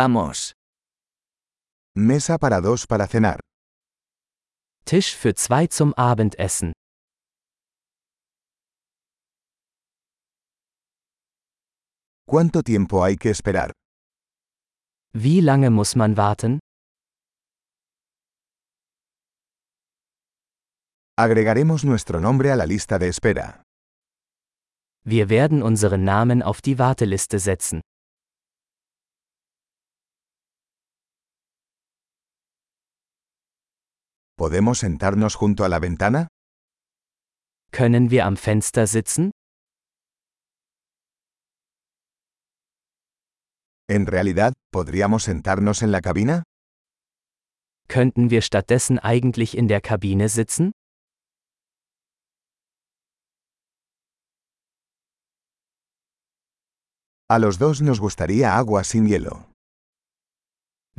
Vamos. Mesa para dos para cenar. Tisch für zwei zum Abendessen. ¿Cuánto tiempo hay que esperar? Wie lange muss man warten? Agregaremos nuestro nombre a la lista de espera. Wir werden unseren Namen auf die Warteliste setzen. ¿Podemos sentarnos junto a la ventana? Können wir am Fenster sitzen? En realidad, ¿podríamos sentarnos en la cabina? Könnten wir stattdessen eigentlich in der Kabine sitzen? A los dos nos gustaría agua sin hielo.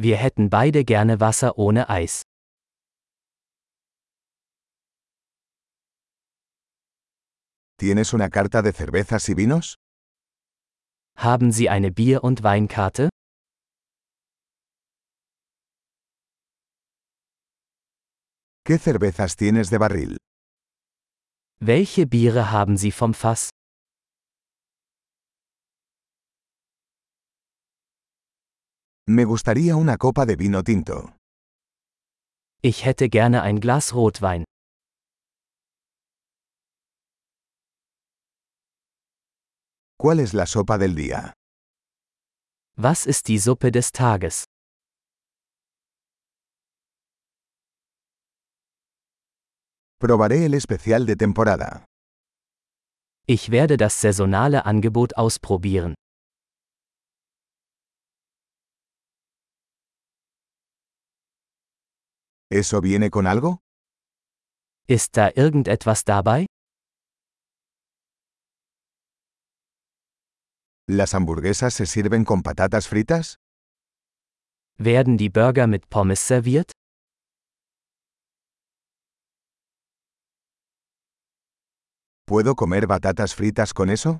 Wir hätten beide gerne Wasser ohne Eis. ¿Tienes una carta de cervezas y vinos? Haben Sie eine Bier- und Weinkarte? ¿Qué cervezas tienes de barril? Welche Biere haben Sie vom Fass? Me gustaría una copa de vino tinto. Ich hätte gerne ein Glas Rotwein. ¿Cuál es la sopa del día? Was ist die Suppe des Tages? Probaré el especial de temporada. Ich werde das saisonale Angebot ausprobieren. ¿Eso viene con algo? Ist da irgendetwas dabei? ¿Las hamburguesas se sirven con patatas fritas? Werden die Burger mit Pommes serviert? ¿Puedo comer batatas fritas con eso?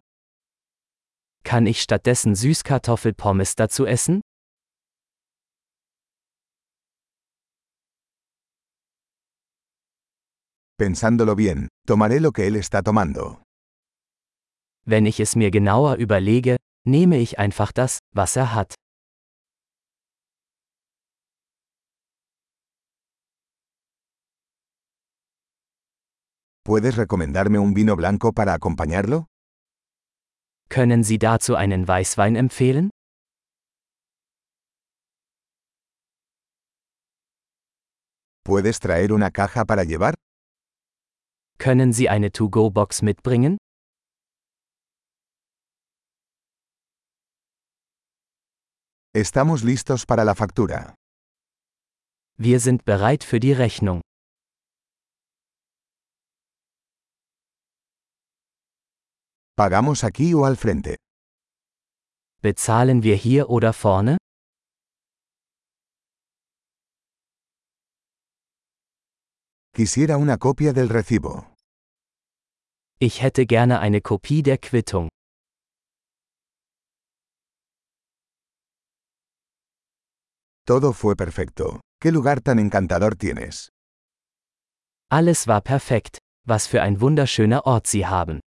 Kann ich stattdessen Süßkartoffelpommes dazu essen? Pensándolo bien, tomaré lo que él está tomando. Wenn ich es mir genauer überlege, nehme ich einfach das, was er hat. ¿Puedes recomendarme un vino blanco para acompañarlo? Können Sie dazu einen Weißwein empfehlen? ¿Puedes traer una caja para llevar? Können Sie eine To-Go-Box mitbringen? Estamos listos para la factura. Wir sind bereit für die Rechnung. ¿Pagamos aquí o al frente? Bezahlen wir hier oder vorne? Quisiera una copia del recibo. Ich hätte gerne eine Kopie der Quittung. Todo fue perfecto. ¿Qué lugar tan encantador tienes? Alles war perfekt. Was für ein wunderschöner Ort Sie haben.